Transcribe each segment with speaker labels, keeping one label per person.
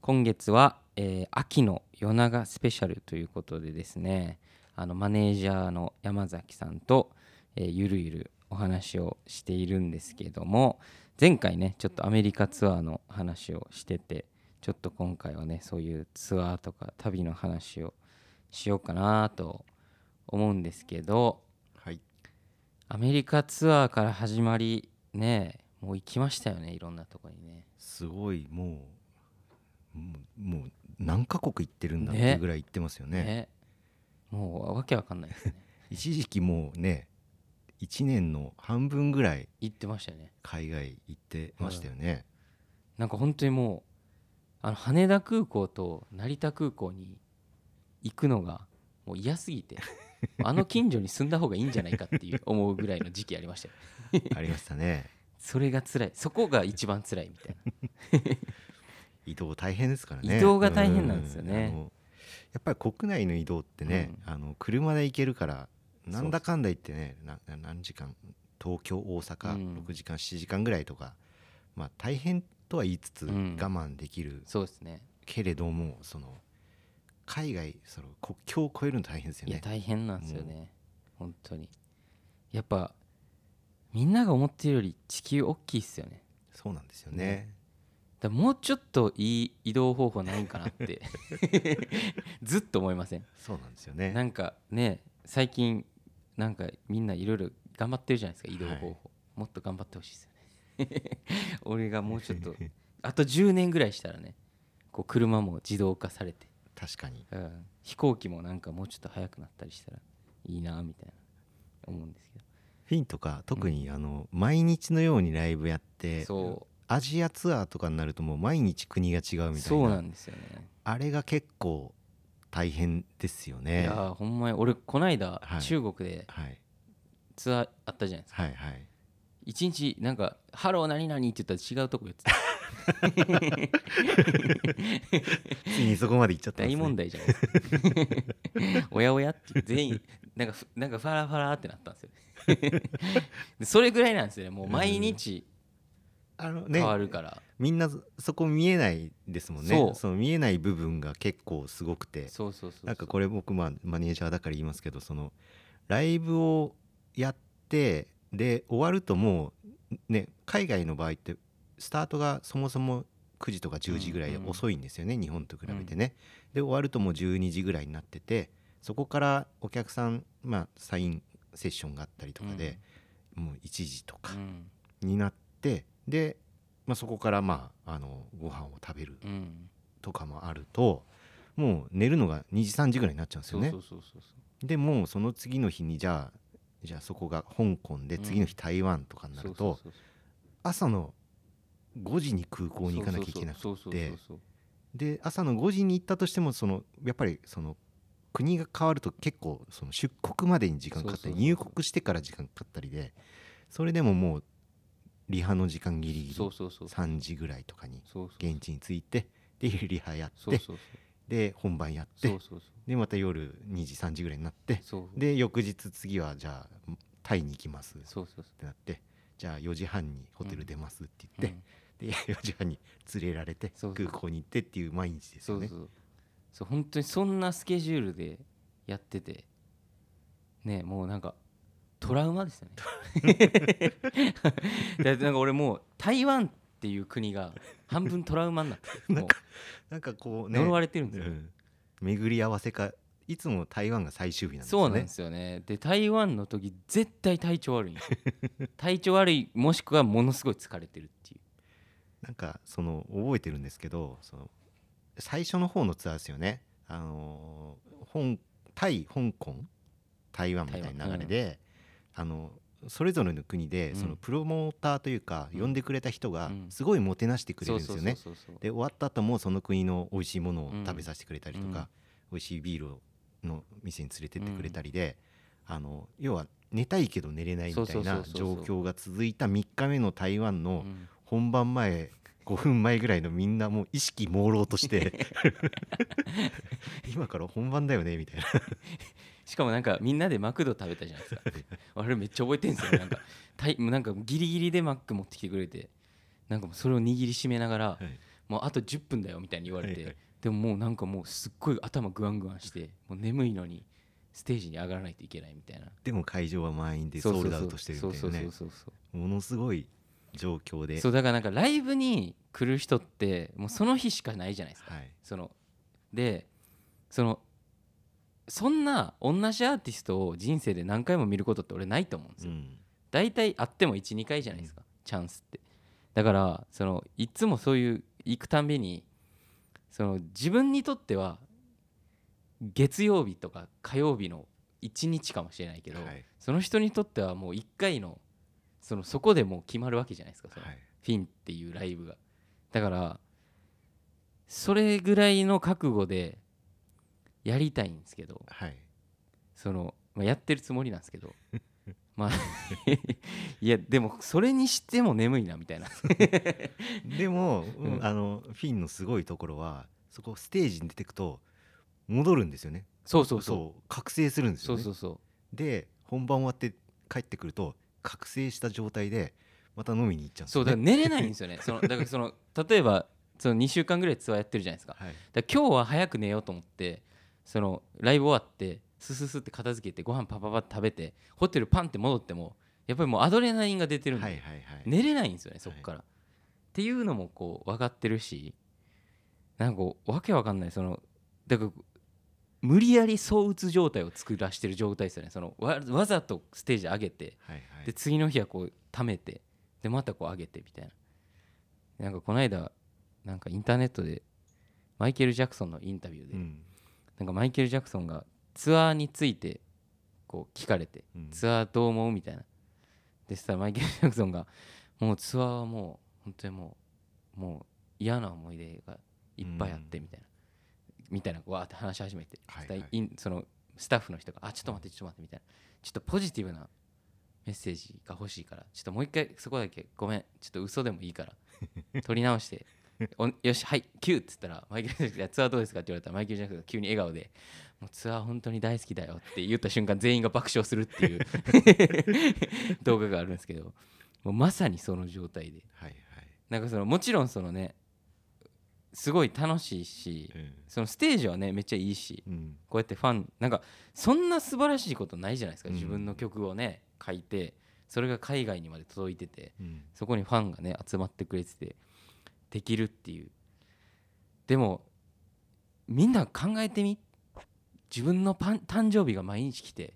Speaker 1: 今月は、えー秋の夜長スペシャルということでですねあのマネージャーの山崎さんと、えーゆるゆるお話をしているんですけども前回ねちょっとアメリカツアーの話をしててちょっと今回はねそういうツアーとか旅の話をしようかなと思うんですけど
Speaker 2: はい
Speaker 1: アメリカツアーから始まりねもう行きましたよねいろんなとこにね
Speaker 2: すごいもうもうもう何カ国行ってるんだっていうぐらい行ってますよね
Speaker 1: ねもうわけわかんないですね
Speaker 2: 一時期もうね1年の半分ぐらい
Speaker 1: 行ってましたよね
Speaker 2: 海外行ってましたよね、
Speaker 1: なんか本当にもうあの羽田空港と成田空港に行くのがもう嫌す ぎてあの近所に住んだ方がいいんじゃないかっていう思うぐらいの時期ありましたよ
Speaker 2: ありまし たね
Speaker 1: それが辛いそこが一番辛いみたいな
Speaker 2: 移動大変ですからね
Speaker 1: 移動が大変なんですよね
Speaker 2: うあのやっぱり国内の移動ってね、あの車で行けるからなんだかんだ言ってねなな何時間東京大
Speaker 1: うん
Speaker 2: 阪6時間、7時間ぐらいとかまあ大変とは言いつつ我
Speaker 1: うん
Speaker 2: 慢できる
Speaker 1: そうですね
Speaker 2: けれどもその海外その国境を越えるの大変ですよ
Speaker 1: いや
Speaker 2: ね。
Speaker 1: 大変なんですよね本当にやっぱみんなが思ってるより地球大きいっすよね
Speaker 2: そうなんですよ
Speaker 1: ね
Speaker 2: ね。
Speaker 1: だからもうちょっといい移動方法ないんかなって ずっと思いません
Speaker 2: そうなんですよね。
Speaker 1: なんかね最近なんかみんないろいろ頑張ってるじゃないですか移動方法、
Speaker 2: はい
Speaker 1: もっと頑張ってほしいですよね 俺がもうちょ っとあと10年ぐらいしたらねこう車も自動化されて、
Speaker 2: 確かに。
Speaker 1: うん飛行機もなんかもうちょっと早くなったりしたらいいなみたいな思うんですけど
Speaker 2: フィンとか特にあの毎日のようにライブやって、
Speaker 1: そ
Speaker 2: アジアツアーとかになるともう毎日国が違う
Speaker 1: う
Speaker 2: みたい
Speaker 1: そうな
Speaker 2: なん
Speaker 1: ですよね、
Speaker 2: あれが結構大変ですよ
Speaker 1: い
Speaker 2: ね。
Speaker 1: や
Speaker 2: は
Speaker 1: ーほんまに俺こないだ
Speaker 2: はい
Speaker 1: 中国で
Speaker 2: いはい
Speaker 1: ツアーあったじゃないですか
Speaker 2: はい。
Speaker 1: 一日なんか「ハロー何々」って言ったら違うとこ言ってた
Speaker 2: ついにそこまで行っちゃったんで
Speaker 1: 大
Speaker 2: すね
Speaker 1: 問題じゃないですか おやおやって全員なんかふなんかファラファラってなったん ですよでそれぐらいなんですよねもう毎日
Speaker 2: あのね
Speaker 1: 変わるから、
Speaker 2: みんなそこ見えないですもんね。
Speaker 1: そう
Speaker 2: の見えない部分が結構すごくて。
Speaker 1: そうそうそうそう
Speaker 2: なんかこれ僕まあマネージャーだから言いますけどそのライブをやってで終わるともうね海外の場合ってスタートがそもそも9時とか10時ぐらいで
Speaker 1: うんうん
Speaker 2: 遅いんですよね、日本と比べてね、で終わるともう12時ぐらいになっててそこからお客さん、まあ、サインセッションがあったりとかで、もう1時とか
Speaker 1: うん、うん
Speaker 2: になってで、まあ、そこからまああのご飯を食べる
Speaker 1: うん
Speaker 2: とかもあるともう寝るのが2時3時ぐらいになっちゃうんです
Speaker 1: そ
Speaker 2: よ
Speaker 1: う
Speaker 2: ね
Speaker 1: そうそうそうそう
Speaker 2: でもうその次の日にじゃあじゃあそこが香港で
Speaker 1: うん
Speaker 2: 次の日台湾とかにな
Speaker 1: そ
Speaker 2: る
Speaker 1: うそう
Speaker 2: と
Speaker 1: そう
Speaker 2: 朝の5時に空港に行かなきゃいけなく
Speaker 1: そうそうそうそうそう
Speaker 2: で朝の5時に行ったとしてもそのやっぱりその国が変わると結構その出国までに時間かかった
Speaker 1: そうそう
Speaker 2: り
Speaker 1: そう
Speaker 2: 入国してから時間かかったりでそれでももうリハの時間ギリギ
Speaker 1: そう
Speaker 2: リ
Speaker 1: そうそうそう
Speaker 2: 3時ぐらいとかに
Speaker 1: そうそう
Speaker 2: 現地に着いてでリハやっ
Speaker 1: そう
Speaker 2: て
Speaker 1: そう
Speaker 2: で本番やって
Speaker 1: そうそうそう
Speaker 2: でまた夜2時3時ぐらいになって
Speaker 1: そう
Speaker 2: で翌日次はじゃあタイに行きますっ
Speaker 1: そうそうそう
Speaker 2: てなってじゃあ4時半にホテル出ますって
Speaker 1: う
Speaker 2: 言っ
Speaker 1: ん
Speaker 2: て、で4時 半に連れられて
Speaker 1: そうそう
Speaker 2: 空港に行ってっていう毎日です
Speaker 1: そ
Speaker 2: よ
Speaker 1: う
Speaker 2: ね
Speaker 1: そうそう本当にそんなスケジュールでやっててねもうなんかトラウマ ですよねだってなんか俺もう台湾っていう国が半分トラウマになっても
Speaker 2: なんかこ
Speaker 1: う
Speaker 2: うね
Speaker 1: 呪われてるんですよ、
Speaker 2: うん巡り合わせかいつも台湾が最終日なんです
Speaker 1: そう
Speaker 2: よ
Speaker 1: なんで
Speaker 2: ね
Speaker 1: すよねで台湾の時絶対体調悪いんですよ 体調悪いもしくはものすごい疲れてるっていう
Speaker 2: なんかその覚えてるんですけどその最初の方のツアーですよねあのー本タイ香港台湾みたいな流れで、あのそれぞれの国で
Speaker 1: うん
Speaker 2: そのプロモーターというか、
Speaker 1: うん
Speaker 2: 呼んでくれた人が
Speaker 1: うん
Speaker 2: すごいもてなしてくれ
Speaker 1: そ
Speaker 2: るん
Speaker 1: う
Speaker 2: です
Speaker 1: そ
Speaker 2: よ
Speaker 1: う
Speaker 2: ね。
Speaker 1: そうそうそう
Speaker 2: で終わった後もその国の美味しいものを
Speaker 1: うん
Speaker 2: 食べさせてくれたりと
Speaker 1: うん
Speaker 2: か、美味しいビールをの店に連れてってくれたりで、あの要は寝たいけど寝れないみた
Speaker 1: そう
Speaker 2: い
Speaker 1: そうそ
Speaker 2: な
Speaker 1: うそう
Speaker 2: 状況が続いた3日目の台湾の、
Speaker 1: うん
Speaker 2: 本番前5分前ぐらいのみんなもう意識朦朧として 今から本番だよねみたいな
Speaker 1: しかもなんかみんなでマクド食べたじゃないです か俺めっちゃ覚えてんすよなんかたいもうなんかギリギリでマック持ってきてくれてなんかもうそれを握りしめながら、
Speaker 2: はい
Speaker 1: もうあと10分だよみたいに言われて、
Speaker 2: はいはい
Speaker 1: でももうなんかもうすっごい頭グワングワンしてもう眠いのにステージに上がらないといけないみたいな
Speaker 2: でも会場は満員でソ
Speaker 1: そう
Speaker 2: ー
Speaker 1: そう
Speaker 2: ル
Speaker 1: そ
Speaker 2: ドア
Speaker 1: う
Speaker 2: ウトしてるみたいなね
Speaker 1: そうそうそうそう
Speaker 2: ものすごい状況で
Speaker 1: そうだからなんかライブに来る人ってもうその日しかないじゃないですか、
Speaker 2: はい
Speaker 1: そのでそのそんな同じアーティストを人生で何回も見ることって俺ないと思うんです
Speaker 2: う
Speaker 1: よ、
Speaker 2: ん
Speaker 1: 大体あっても12回じゃないですか、チャンスってだからそのいつもそういう行くたんびにその自分にとっては月曜日とか火曜日の1日かもしれないけど、
Speaker 2: はい
Speaker 1: その人にとってはもう1回のそのそこでもう決まるわけじゃないですかその
Speaker 2: はい
Speaker 1: フィンっていうライブがだからそれぐらいの覚悟でやりたいんですけど
Speaker 2: はい
Speaker 1: その、まあ、やってるつもりなんですけど まあいやでもそれにしても眠いなみたいな
Speaker 2: でも、うん
Speaker 1: うん
Speaker 2: あのフィンのすごいところはそこステージに出てくと戻るんですよね
Speaker 1: そうそうそう
Speaker 2: 覚醒するん
Speaker 1: う
Speaker 2: です
Speaker 1: そ
Speaker 2: よ
Speaker 1: う
Speaker 2: ね
Speaker 1: そうそう
Speaker 2: で本番終わって帰ってくると覚醒した状態でまた飲みに行っちゃうんです
Speaker 1: そう
Speaker 2: よ
Speaker 1: だ
Speaker 2: ね
Speaker 1: から寝れないんですよねそのだからその例えばその2週間ぐらいツアーやってるじゃないですか
Speaker 2: はい
Speaker 1: だから今日は早く寝ようと思ってそのライブ終わってスススって片付けてご飯パパパって食べてホテルパンって戻ってもやっぱりもうアドレナリンが出てるんで、
Speaker 2: はいはいはい
Speaker 1: 寝れないんですよねそこから、っていうのもこう分かってるしなんかこうわけわかんないそのだから無理やり躁鬱状態を作らしてる状態ですよねそのわわざとステージ上げて
Speaker 2: はいはい
Speaker 1: で次の日はこう溜めてでまたこう上げてみたいななんかこの間なんかインターネットでマイケル・ジャクソンのインタビューで、
Speaker 2: うん
Speaker 1: なんかマイケル・ジャクソンがツアーについてこう聞かれて
Speaker 2: うん
Speaker 1: ツアーどう思うみたいな。でしたらマイケル・ジャクソンがもうツアーはもう本当にもうもう嫌な思い出がいっぱいあってみたいな、みたいなわーって話し始めて、
Speaker 2: はい
Speaker 1: スタイ
Speaker 2: はい
Speaker 1: インそのスタッフの人が「あちょっと待ってちょっと待って」みたいなちょっとポジティブなメッセージが欲しいからちょっともう一回そこだけごめんちょっと嘘でもいいから 撮り直しておよしはいキューっつったらマイケル・ジャクソンがツアーどうですかって言われたらマイケル・ジャクソンが急に笑顔でもうツアー本当に大好きだよって言った瞬間全員が爆笑するって いう動画があるんですけどもうまさにその状態で
Speaker 2: はい
Speaker 1: なんかそのもちろんそのねすごい楽しいし
Speaker 2: はい
Speaker 1: そのステージはねめっちゃいいし
Speaker 2: うんうん
Speaker 1: こうやってファンなんかそんな素晴らしいことないじゃないですか
Speaker 2: うん
Speaker 1: 自分の曲をね書いてそれが海外にまで届いてて
Speaker 2: うん
Speaker 1: そこにファンがね集まってくれててできるっていうでもみんな考えてみ自分のパン誕生日が毎日来て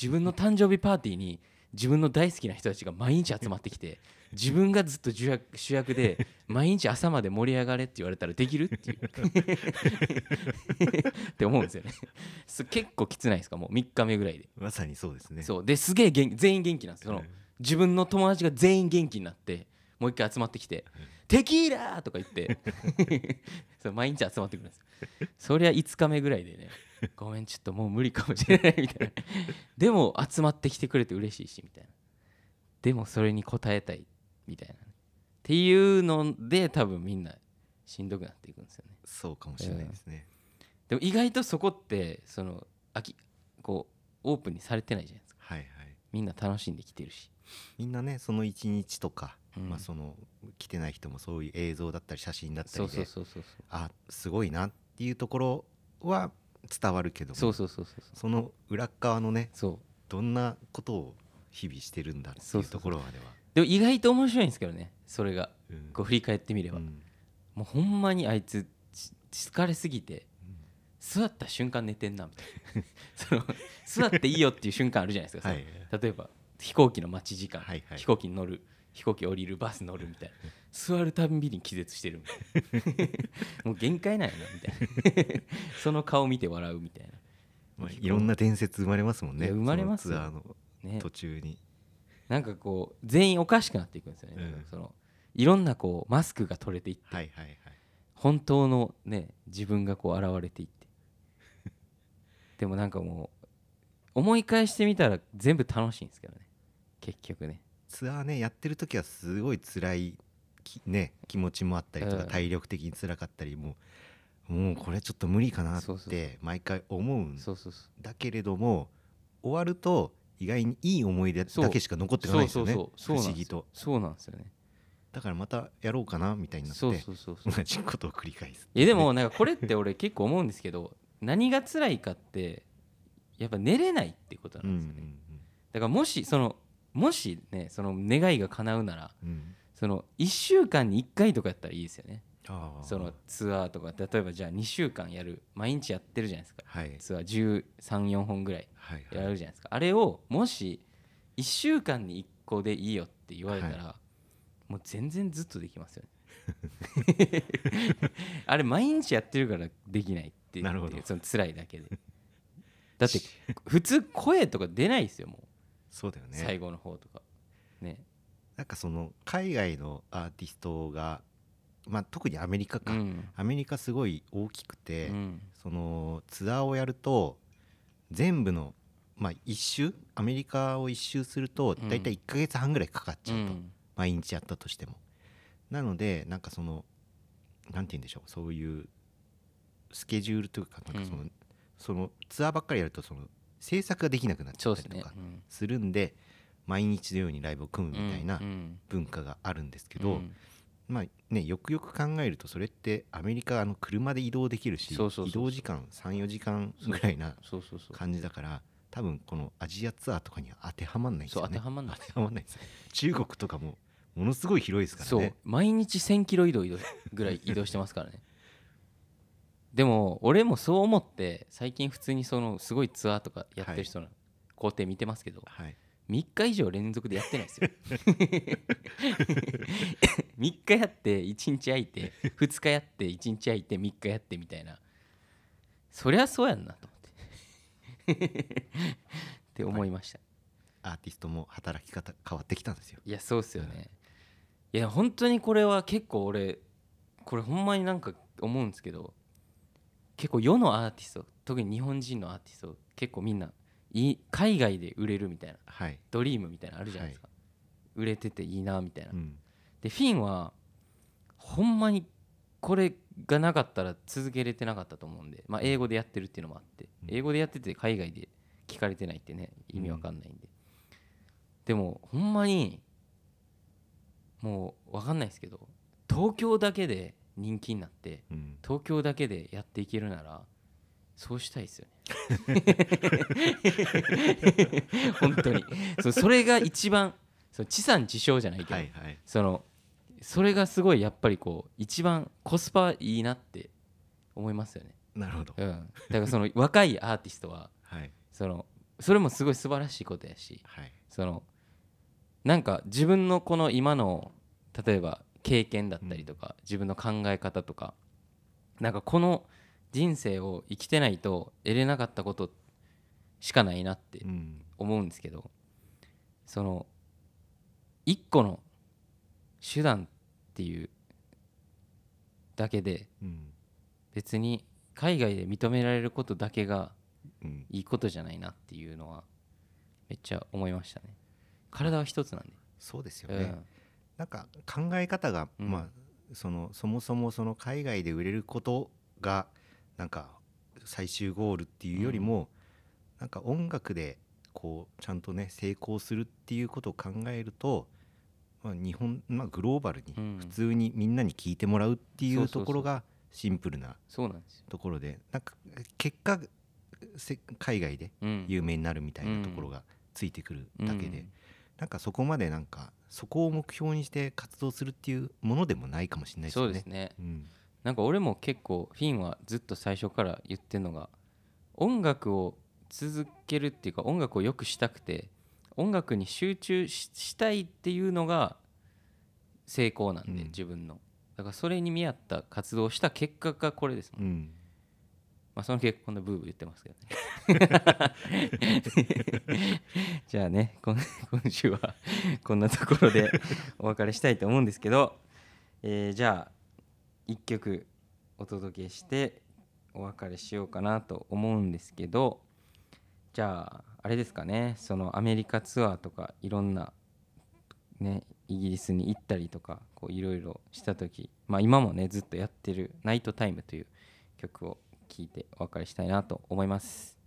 Speaker 1: 自分の誕生日パーティーに自分の大好きな人たちが毎日集まってきて自分がずっと主役主役で毎日朝まで盛り上がれって言われたらできるっていうって思うんですよねす結構きつないですかもう3日目ぐらいで、
Speaker 2: まさにそうですね
Speaker 1: そうですげえ元気全員元気なんですよその
Speaker 2: はい
Speaker 1: 自分の友達が全員元気になってもう一回集まってきて「テキーラー!」とか言って そう毎日集まってくるんですそりゃ5日目ぐらいで ね「ごめんちょっともう無理かもしれない」みたいなでも集まってきてくれて嬉しいしみたいなでもそれに応えたいみたいなっていうので多分みんなしんどくなっていくんですよね
Speaker 2: そうかもしれないですね
Speaker 1: でも意外とそこってそのあきこうオープンにされてないじゃないですか
Speaker 2: はいはい
Speaker 1: みんな楽しんできてるし、
Speaker 2: みんなねその一日とか
Speaker 1: うん
Speaker 2: まあその来てない人もそういう映像だったり写真だった
Speaker 1: そ
Speaker 2: り
Speaker 1: うそう
Speaker 2: で
Speaker 1: そうそうそう
Speaker 2: あすごいなっていうところは伝わるけども
Speaker 1: そうそうそうそう
Speaker 2: その裏っ側のね
Speaker 1: そう
Speaker 2: どんなことを日々してるんだって
Speaker 1: そ
Speaker 2: いうう
Speaker 1: そうそう
Speaker 2: ところまでは
Speaker 1: でも意外と面白いんですけどねそれが
Speaker 2: うん
Speaker 1: こう振り返ってみれば、
Speaker 2: うん
Speaker 1: もうほんまにあいつち疲れすぎて座った瞬間寝てんなみ たいなその座っていいよっていう瞬間あるじゃないですか、
Speaker 2: はい
Speaker 1: その例えば飛行機の待ち時間、
Speaker 2: はいはい
Speaker 1: 飛行機に乗る飛行機降りるバス乗るみたいな座るたんびに気絶してるみたい なもう限界なんやなみたいな その顔見て笑うみたい
Speaker 2: まあいろんな伝説生まれますもんね
Speaker 1: いや生まれます
Speaker 2: そ
Speaker 1: よ
Speaker 2: のツアーの
Speaker 1: なね
Speaker 2: 途中に
Speaker 1: なんかこう全員おかしくなっていくんですよね、
Speaker 2: うん
Speaker 1: そのいろんなこうマスクが取れていって
Speaker 2: はいはいはい
Speaker 1: 本当のね自分がこう現れていって でもなんかもう思い返してみたら全部楽しいんですけどね結局ね
Speaker 2: ツアーねやってる時はすごい辛いきね気持ちもあったりと
Speaker 1: う
Speaker 2: か
Speaker 1: ん
Speaker 2: 体力的に辛かったりもうもうこれちょっと無理かなっ
Speaker 1: そうそうそ
Speaker 2: て毎回思うん
Speaker 1: そうそうそう
Speaker 2: だけれども終わると意外にいい思い出だけしか残っていかないですよね
Speaker 1: そうそうそうそう
Speaker 2: 不
Speaker 1: なん
Speaker 2: 思
Speaker 1: で
Speaker 2: 議
Speaker 1: すよ
Speaker 2: と
Speaker 1: そうなんですよね
Speaker 2: だからまたやろうかなみたいになって
Speaker 1: そうそうそうそう
Speaker 2: 同じことを繰り返す
Speaker 1: いやでもなんかこれって俺結構思うんですけど何が辛いかってやっぱ寝れないってこと
Speaker 2: う
Speaker 1: なんん
Speaker 2: う
Speaker 1: ですよね、
Speaker 2: ん
Speaker 1: だからもしそのもしねその願いが叶うなら
Speaker 2: うんうん
Speaker 1: その1週間に1回とかやったらいいですよね
Speaker 2: あー
Speaker 1: そのツアーとか例えばじゃあ2週間やる毎日やってるじゃないですか
Speaker 2: はい
Speaker 1: ツアー134本ぐらい
Speaker 2: はいはい
Speaker 1: やるじゃないですかあれをもし1週間に1個でいいよって言われたら、もう全然ずっとできますよね あれ毎日やってるからできないって
Speaker 2: なるほど
Speaker 1: その辛いだけでだって普通声とか出ないですよもう
Speaker 2: そうだよね
Speaker 1: 最後の方とかね
Speaker 2: なんかその海外のアーティストが、まあ、特にアメリカ
Speaker 1: う
Speaker 2: か、
Speaker 1: ん、
Speaker 2: アメリカすごい大きく
Speaker 1: う
Speaker 2: て、
Speaker 1: ん、
Speaker 2: そのツアーをやると全部の、まあ、一周アメリカを一周すると
Speaker 1: うん
Speaker 2: 大体1ヶ月半ぐらいかかっちゃうと、
Speaker 1: うん
Speaker 2: 毎日やったとしてもなのでなんかそのなんて言うんでしょうそういうスケジュールというかなんかその,、
Speaker 1: うん
Speaker 2: そのツアーばっかりやるとその制作ができなくなっちゃ
Speaker 1: そう
Speaker 2: っ
Speaker 1: で
Speaker 2: た
Speaker 1: す
Speaker 2: り
Speaker 1: ね
Speaker 2: とか
Speaker 1: うん
Speaker 2: するんで毎日のようにライブを組むみたいな
Speaker 1: うんうん
Speaker 2: 文化があるんですけ
Speaker 1: う
Speaker 2: ど、
Speaker 1: ん
Speaker 2: まあね、よくよく考えるとそれってアメリカあの車で移動できるし
Speaker 1: そうそうそうそう
Speaker 2: 移動時間34時間ぐらいな
Speaker 1: そうそうそう
Speaker 2: 感じだから多分このアジアツアーとかには当てはまんないんです
Speaker 1: そう
Speaker 2: よ
Speaker 1: 当て
Speaker 2: ね
Speaker 1: はまんない
Speaker 2: 当てはまんないですよ中国とかもものすごい広いですからね
Speaker 1: そう毎日1 0 0 0キロ移動移動ぐらい移動してます からねでも俺もそう思って最近普通にそのすごいツアーとかやってる人の工程見てますけど、
Speaker 2: はい
Speaker 1: 3日以上連続でやってないです よ3日やって1日空いて2日やって1日空いて3日やってみたいなそりゃそうやんなと思って って思いました
Speaker 2: アーティストも働き方変わってきたんですよ
Speaker 1: いやそうっすよね、いや本当にこれは結構俺これほんまになんか思うんですけど結構世のアーティスト特に日本人のアーティスト結構みんないい海外で売れるみたいな
Speaker 2: はい、
Speaker 1: ドリームみたいなのあるじゃないですか、売れてていいなみたいな、
Speaker 2: うん、
Speaker 1: でフィンはほんまにこれがなかったら続けれてなかったと思うんで、まあ、英語でやってるっていうのもあって、
Speaker 2: うん
Speaker 1: 英語でやってて海外で聞かれてないってね意味わかんないんで、でもほんまにもうわかんないですけど東京だけで人気になって
Speaker 2: うん、
Speaker 1: 東京だけでやっていけるならそうしたいですよ ね本当にそうそれが一番その地産地消じゃないけど、
Speaker 2: はいはい
Speaker 1: そのそれがすごいやっぱりこう一番コスパいいなって思いますよね、
Speaker 2: なるほど、
Speaker 1: うん、だからその若いアーティストは
Speaker 2: はい
Speaker 1: そのそれもすごい素晴らしいことやし
Speaker 2: はい
Speaker 1: そのなんか自分のこの今の例えば経験だったりとか、自分の考え方とかなんかこの人生を生きてないと得れなかったことしかないなって
Speaker 2: うん
Speaker 1: 思うんですけどその一個の手段っていうだけで
Speaker 2: うん
Speaker 1: 別に海外で認められることだけが
Speaker 2: うん
Speaker 1: いいことじゃないなっていうのはめっちゃ思いましたね体は一つなんで、
Speaker 2: そうですよ
Speaker 1: う
Speaker 2: ね、
Speaker 1: ん、
Speaker 2: なんか考え方が、
Speaker 1: うん
Speaker 2: まあそのそもそもその海外で売れることがなんか最終ゴールっていうよりも、なんか音楽でこうちゃんとね成功するっていうことを考えると、まあ、日本、まあ、グローバルに
Speaker 1: うん
Speaker 2: 普通にみんなに聞いてもらうってい
Speaker 1: そう
Speaker 2: う
Speaker 1: そうそう
Speaker 2: ところがシンプルな
Speaker 1: そうなんですよ、
Speaker 2: ところでなんか結果せ海外で
Speaker 1: うん、
Speaker 2: 有名になるみたいなところがついてくるだけで、
Speaker 1: うん
Speaker 2: なんかそこまでなんかそこを目標にして活動するっていうものでもないかもしれないです
Speaker 1: そ
Speaker 2: よ
Speaker 1: う
Speaker 2: ね。
Speaker 1: ですね
Speaker 2: うん
Speaker 1: なんか俺も結構フィンはずっと最初から言ってるのが音楽を続けるっていうか音楽を良くしたくて音楽に集中ししたいっていうのが成功なんで、
Speaker 2: うん
Speaker 1: 自分のだからそれに見合った活動をした結果がこれですもん、
Speaker 2: うん
Speaker 1: まあ、その結果こんなブーブー言ってますけどね じゃあねこん今週はこんなところでお別れしたいと思うんですけど、えーじゃあ一曲お届けしてお別れしようかなと思うんですけどじゃああれですかねそのアメリカツアーとかいろんなねイギリスに行ったりとかこういろいろした時まあ今もねずっとやってる「ナイトタイム」という曲を聴いてお別れしたいなと思います。